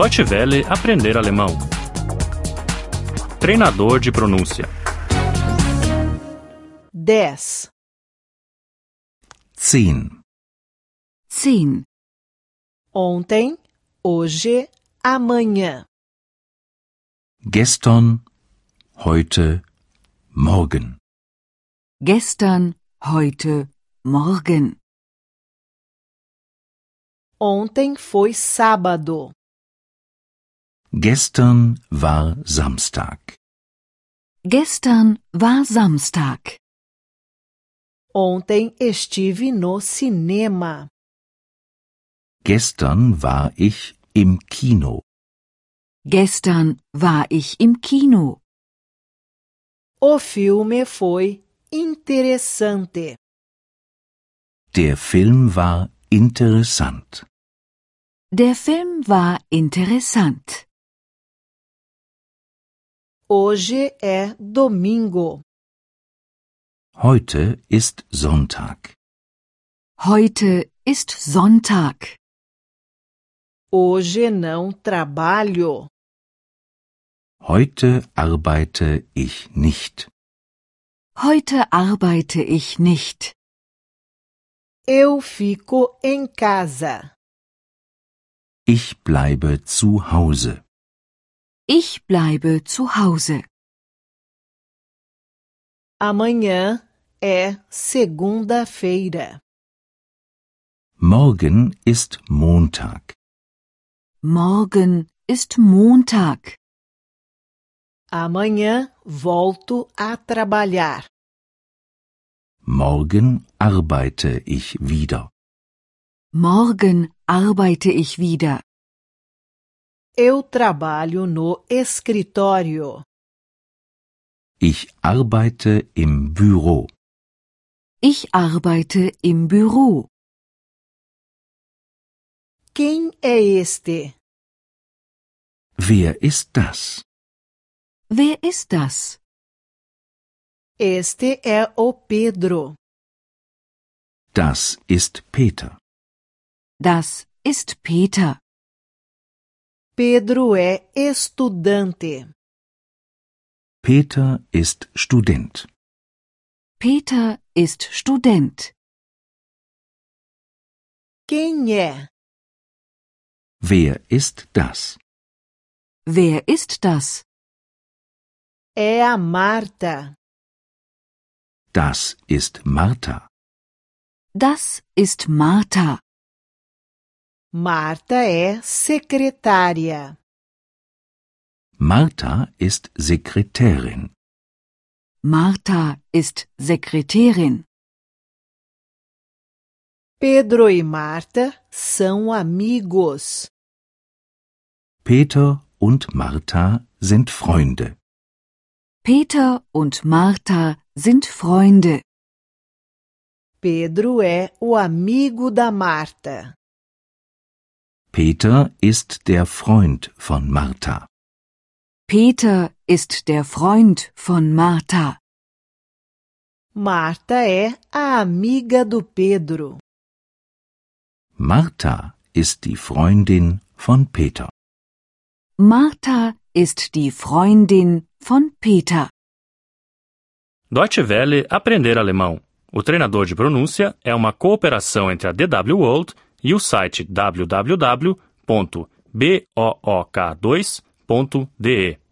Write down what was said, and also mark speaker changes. Speaker 1: Deutsche Welle aprender alemão. Treinador de pronúncia.
Speaker 2: 10.
Speaker 3: 10.
Speaker 4: 10.
Speaker 2: Ontem, hoje, amanhã.
Speaker 3: Gestern, heute, morgen.
Speaker 4: Gestern, heute, morgen.
Speaker 2: Ontem foi sábado.
Speaker 3: Gestern war Samstag.
Speaker 4: Gestern war Samstag.
Speaker 2: Ontem estive no cinema.
Speaker 3: Gestern war ich im Kino.
Speaker 4: Gestern war ich im Kino.
Speaker 2: O filme foi interessante.
Speaker 3: Der Film war interessant.
Speaker 4: Der Film war interessant.
Speaker 2: Hoje é domingo.
Speaker 3: Heute ist Sonntag.
Speaker 4: Heute ist Sonntag.
Speaker 2: Hoje não trabalho.
Speaker 3: Heute arbeite ich nicht.
Speaker 4: Heute arbeite ich nicht.
Speaker 2: Eu fico em casa.
Speaker 3: Ich bleibe zu Hause.
Speaker 4: Ich bleibe zu Hause.
Speaker 2: Amanhã é segunda-feira.
Speaker 3: Morgen ist Montag.
Speaker 4: Morgen ist Montag.
Speaker 2: Amanhã volto a trabalhar.
Speaker 3: Morgen arbeite ich wieder.
Speaker 4: Morgen arbeite ich wieder.
Speaker 2: Eu trabalho no escritório.
Speaker 3: Ich arbeite im Büro.
Speaker 4: Ich arbeite im Büro.
Speaker 2: Quem é este?
Speaker 3: Wer ist das?
Speaker 4: Wer ist das?
Speaker 2: Este é o Pedro.
Speaker 3: Das ist Peter.
Speaker 4: Das ist Peter.
Speaker 2: Pedro é estudante.
Speaker 3: Peter ist Student.
Speaker 4: Peter ist Student.
Speaker 2: Quem é?
Speaker 3: Wer ist das?
Speaker 4: Wer ist das?
Speaker 2: É a Marta.
Speaker 3: Das ist Martha.
Speaker 4: Das ist Martha.
Speaker 2: Marta é secretária.
Speaker 3: Martha ist Sekretärin.
Speaker 4: Martha ist Sekretärin.
Speaker 2: Pedro e Marta são amigos.
Speaker 3: Peter und Martha sind Freunde.
Speaker 4: Peter und Martha sind Freunde.
Speaker 2: Pedro é o amigo da Marta.
Speaker 3: Peter ist der Freund von Martha.
Speaker 4: Peter ist der Freund von Martha.
Speaker 2: Marta é a amiga do Pedro.
Speaker 3: Martha ist die Freundin von Peter.
Speaker 4: Martha ist die Freundin von Peter.
Speaker 1: Deutsche Welle aprender alemão. O treinador de pronúncia é uma cooperação entre a DW World e o site www.book2.de.